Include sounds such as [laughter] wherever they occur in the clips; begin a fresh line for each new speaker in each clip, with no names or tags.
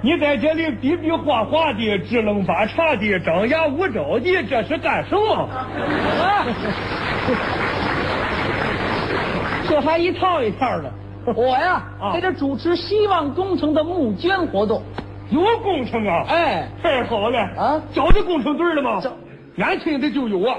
你在这里比比划划的，支棱八叉的，张牙舞爪的，这是干什么？啊！
这还一套一套的。 [laughs] 我呀，
啊
在这主持希望工程的募捐活动。
有工程啊！
哎，
太好了
啊
找着工程队了吗
找？
俺听的就有啊。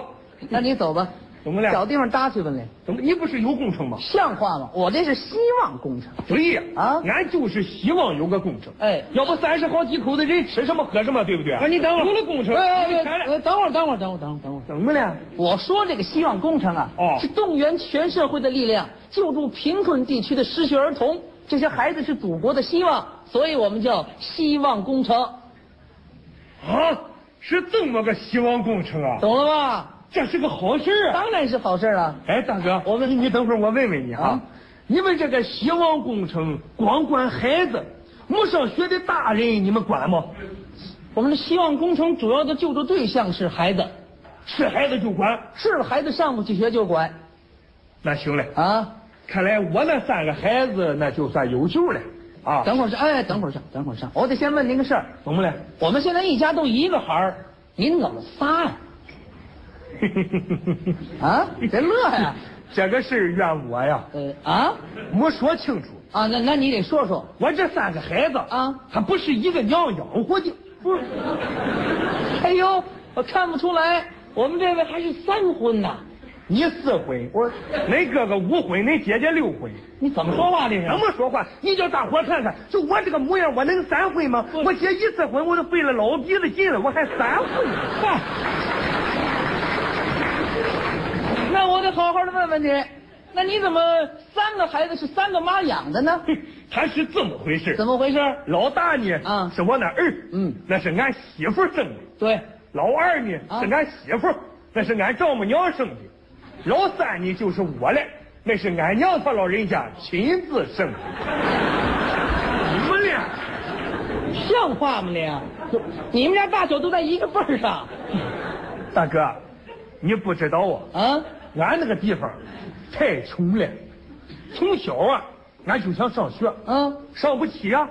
那你走吧，
怎么了
找地方搭去吧你。
怎么，你不是有工程吗？
像话吗？我这是希望工程。
对呀，
啊
俺就是希望有个工程。
哎
要不三十好几口子人吃什么喝什么，对不对？啊，你等会儿，有了工程，
哎
有
哎
钱
哎
了，
哎，等会儿，等会儿，等会儿，等会儿，等会儿。
怎么了？
我说这个希望工程啊，
哦
是动员全社会的力量，救助贫困地区的失学儿童。这些孩子是祖国的希望，所以我们叫希望工程，
啊，是这么个希望工程啊？
懂了吧？
这是个好事儿啊！
当然是好事儿了。
哎，大哥，我问你，你等会儿我问问你啊
啊，
你们这个希望工程光管孩子，没上学的大人你们管吗？
我们的希望工程主要的救助对象是孩子，
是孩子就管，
是孩子上不起学就管
那行嘞。
啊。
看来我那三个孩子那就算有救了啊！
等会儿上，哎，等会儿上，等会儿上。我得先问您个事儿，
怎么了？
我们现在一家都一个孩儿，您怎么仨呀、啊？别乐呀、
[laughs] 这个事儿怨我呀，
呃啊
没说清楚。
啊，那那你得说说，
我这三个孩子
啊，
还不是一个娘养活的，不是
哎呦，我看不出来，我们这位还是三婚呐。
你四婚，我恁哥哥五婚，恁姐姐六婚。
你怎么说话的
怎
呀？
么说话？你叫大伙看看，就我这个模样，我能三婚吗？我姐一次婚，我都费了老鼻子劲了，我还三婚？
嗨，那我得好好的问问你，那你怎么三个孩子是三个妈养的呢？
他是这么回事
怎么回事？
老大呢，
啊
是我那儿，
嗯
那是俺媳妇儿生的。
对，
老二呢、
啊
是俺媳妇儿，那是俺丈母娘生的；老三呢就是我了，那是俺娘她老人家亲自生的。 [laughs] 你们俩，
像话吗你？啊你们家大小都在一个辈儿上
大哥，你不知道啊，
啊？
俺那个地方太穷了，从小啊，俺就想上学，
啊，
上不起啊。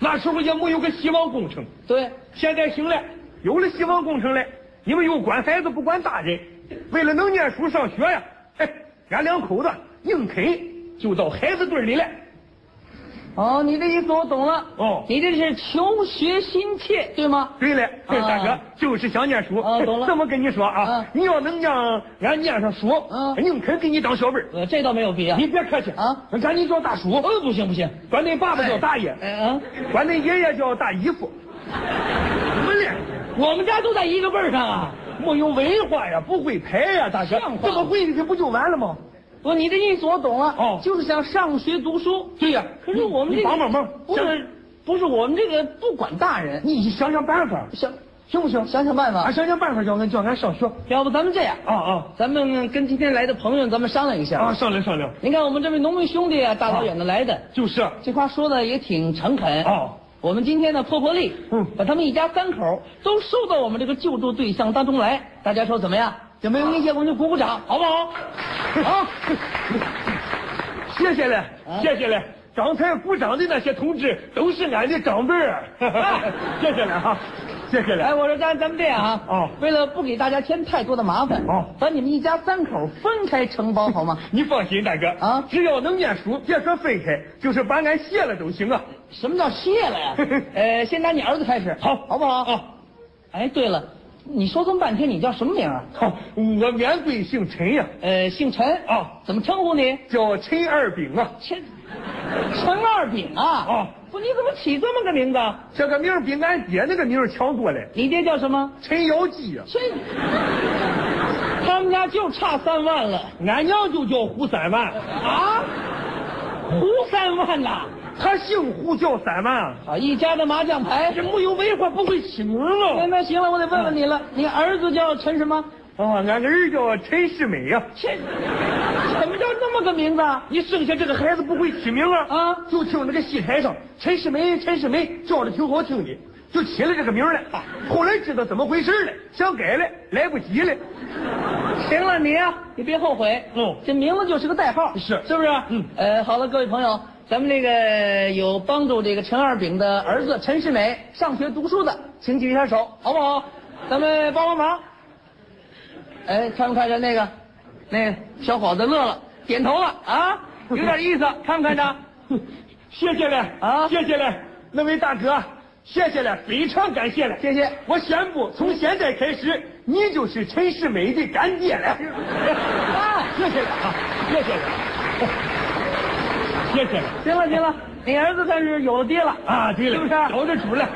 那时候也没有个希望工程，
对，
现在行了，有了希望工程了，你们又管孩子不管大人，为了能念书上学呀，嘿，俺两口子硬啃就到孩子队里来。
哦，你这意思我懂了。
哦
你这是求学心切，对吗？
对了，嘿，
啊
大哥就是想念书，
啊懂了
这么跟你说啊，
啊
你要能让俺念上书，
啊
硬啃给你当小辈儿
呃，这倒没有必要。
你别客气
啊
赶紧叫大叔，
呃，不行不行，
管恁爸爸叫大爷，
哎啊，
管恁爷爷叫大姨夫。怎么了？
我们家都在一个辈儿上啊。
没有文化呀，不会排呀，大哥
像，话
这么混去不就完了吗？
不，哦你这意思我懂了。
哦
就是想上学读书。
对呀
可是我们
你
这个
帮帮忙
不
想
是不是我们这个不管大人，
你想想办法，
想行不行？想想办
俺
法。
想想办法叫俺叫俺上学。
要不咱们这样，
啊啊
咱们跟今天来的朋友咱们商量一下。
啊！商量商量，
您看我们这位农民兄弟啊，大老
啊
远的来的，
就是啊
这话说的也挺诚恳。
哦
我们今天呢破破例，
嗯
把他们一家三口都收到我们这个救助对象当中来，大家说怎么样？有没有意见？我们就鼓鼓掌，
哦
好不好？
啊！谢谢了，
啊
谢谢了。刚才鼓掌的那些同志都是俺的长辈
[laughs]
儿，谢谢了哈，谢谢
哎，
了。
我说咱咱们这样啊，
哦
为了不给大家添太多的麻烦，
哦
把你们一家三口分开
[laughs]
承包好吗？
你放心，大哥
啊
只要能念书，别说分开，就是把俺卸了都行啊。
什么叫谢了
[laughs]
呀？呃，先拿你儿子开始，
好
好不好？
啊。
哎，对了，你说这么半天，你叫什么名啊？
好，我免贵姓陈呀，
呃，姓陈
啊
怎么称呼你？
叫陈二饼啊。
陈陈二饼啊！
哦
不，你怎么起这么个名字？
这个名儿比俺爹那个名儿强多了。
你爹叫什么？
陈啊瑶姬呀，
这，他们家就差三万了
俺娘就叫胡三万，
啊！胡三万呐！
他姓胡叫三万啊。
好，一家的麻将牌。
这没有文化不会起名
那
了。
那行了，我得问问你了，你儿子叫陈什么？
啊，俺个儿叫陈世美呀、
这怎么叫这么个名字？
你生下这个孩子不会起名啊？
啊
就听那个戏台上陈世美，陈世美叫的挺好听的，就起了这个名儿
啊
了。后来知道怎么回事了，想改了，来不及了。
行了，你啊，你别后悔。
嗯
这名字就是个代号，
是
是不是？啊
嗯
呃，好了，各位朋友，咱们这个有帮助这个陈二饼的儿子陈世美上学读书的，请举一下手，好不好？咱们帮帮忙。哎，看没看着那个，那个小伙子乐了，点头了啊，有点意思，看没看着？
[laughs] 谢谢了
啊
谢谢了，那位大哥，谢谢了，非常感谢了，
谢谢
我宣布，从现在开始，你就是陈世美的干爹了。
啊
[laughs] 谢谢了啊，谢谢了， [laughs] 谢谢了
行了行了，你儿子算是有了爹了。
啊！对了，
是不是
熬着主了。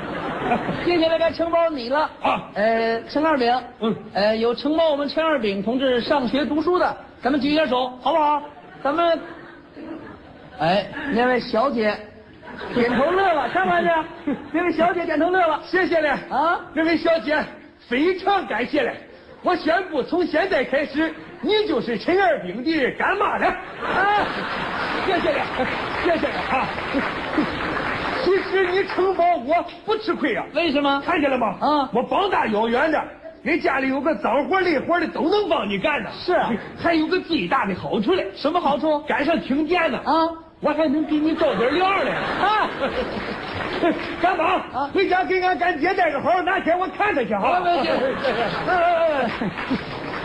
接下来该承包你了
啊
呃，陈二饼，
嗯
呃，有承包我们陈二饼同志上学读书的，咱们举一下手，好不好？咱们，哎，那位小姐点头乐了，看看去，那位小姐点头乐了，
谢谢了
啊
那位小姐，非常感谢了。我宣布，从现在开始，你就是陈二饼的干妈了。
啊，
谢谢了，谢谢了啊！ [laughs] 其实你承包我不吃亏啊，
为什么？
看见了吗？
啊
我膀大腰圆的，人家里有个脏活累活的都能帮你干呢。
是啊
还有个最大的好处嘞，
什么好处？
赶上停电呢，
啊
我还能给你照点亮嘞。
啊，
[laughs] 干妈，
啊
回家给俺干爹带个好，哪天我看他去哈。
没问题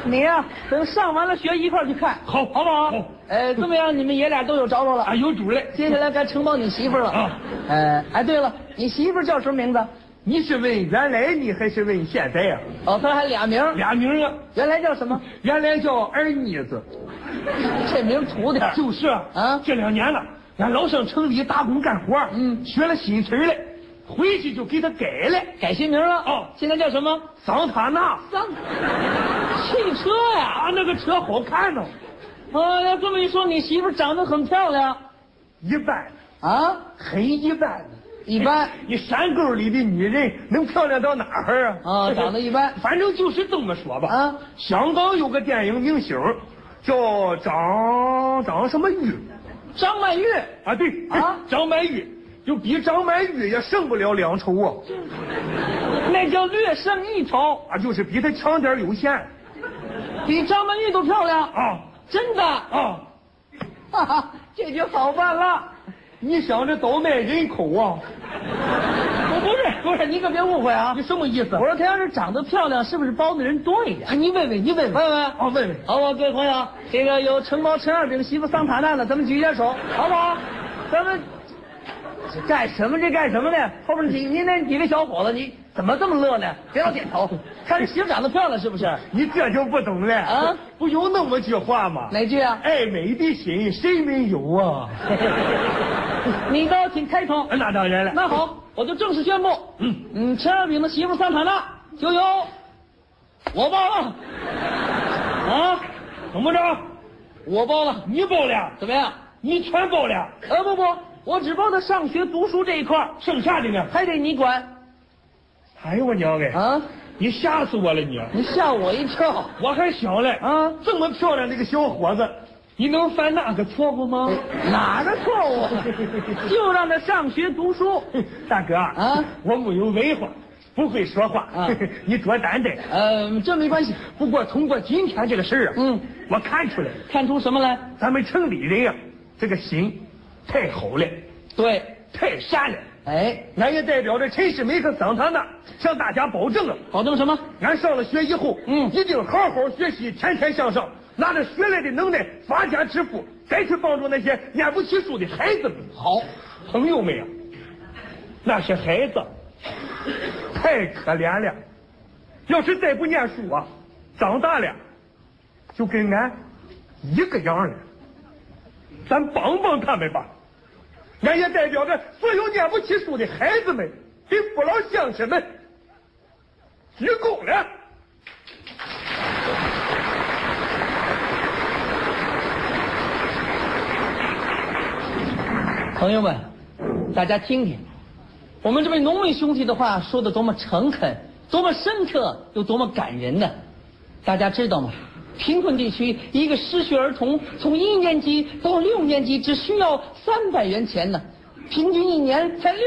你呀、等上完了学一块儿去看，
[laughs] 好
好不好
好？
呃，这么样你们爷俩都有着落了
啊，有主嘞。
接下来该承包你媳妇儿了。
啊
呃，哎，对了，你媳妇儿叫什么名字？
你是问原来你还是问现在呀、
哦，她还俩名儿，
俩名啊，
原来叫什么？
原来叫二妮子。
这名儿土点儿
就是
啊
这两年了，俺老上城里打工干活，
嗯
学了新词儿了，回去就给他改了，
哎改新名了。
哦
现在叫什么？
桑塔纳
桑，汽车呀、
啊，那个车好看呢，
哦，要这么一说，你媳妇儿长得很漂亮
一般，
啊，
很一般。
一般
你山沟里的女人能漂亮到哪儿啊？。
啊，长得一般
反正就是这么说吧。
啊
香港有个电影明星叫张张什么玉
张曼玉，
啊，对
啊
张曼玉，就比张曼玉也胜不了两筹啊，
那叫略胜一筹，
啊，就是比她强点儿有限
比张曼玉都漂亮，
啊。
真的。
啊，
哦哈哈，这就好办了。
你想着倒卖人口啊？
我不是不是，您可别误会啊！你什么意思？我说她要是长得漂亮，是不是包的人多一点？你问问，你问问，问问。
啊，问问，
好吧，各位朋友，这个有承包陈二饼媳妇桑塔纳的，咱们举一下手，好不好？咱们这干什么？这干什么呢？后边你您那几个小伙子，你怎么这么乐呢？别老点头，看这媳妇长得漂亮是不是？
你这就不懂了
啊
不有那么句话吗？
哪句啊？
爱美的心谁没有啊？
[laughs] 你高请开口。
那当然了，
那好，我就正式宣布，嗯嗯，陈二饼的媳妇桑塔纳就由我包了，啊，
怎么着？
我包了，
你包了，
怎么样？
你全包了，
呃，不不，我只包他上学读书这一块儿，
剩下的呢？
还得你管
哎呦我娘哎！
啊！
你吓死我了你！
你吓我一跳
我还想嘞，
啊！
这么漂亮的一个小伙子，你能犯那个错误吗？
哪儿的错误啊？
[laughs]
就让他上学读书。
大哥
啊，
我没有文化，不会说话，
啊
[laughs] 你多担待。啊
呃，这没关系。
不过通过今天这个事儿啊，
嗯，
我看出来了
看出什么来？
咱们城里人啊，这个心太好了，
对，
太善了。
哎，
俺也代表着陈世美和桑塔纳向大家保证啊，
保证什么？
俺上了学以后，
嗯
一定好好学习，天天向上，拿着学来的能耐发家致富，再去帮助那些念不起书的孩子们。
好，
朋友们呀，那些孩子太可怜了，要是再不念书啊，长大了就跟俺一个样了。咱帮帮他们吧，俺也代表着所有念不起书的孩子们，给父老乡亲们鞠躬了。
朋友们，大家听听，我们这位农民兄弟的话说的多么诚恳，多么深刻，又多么感人呢？大家知道吗？贫困地区一个失学儿童从一年级到六年级只需要三百元钱呢，平均一年才六。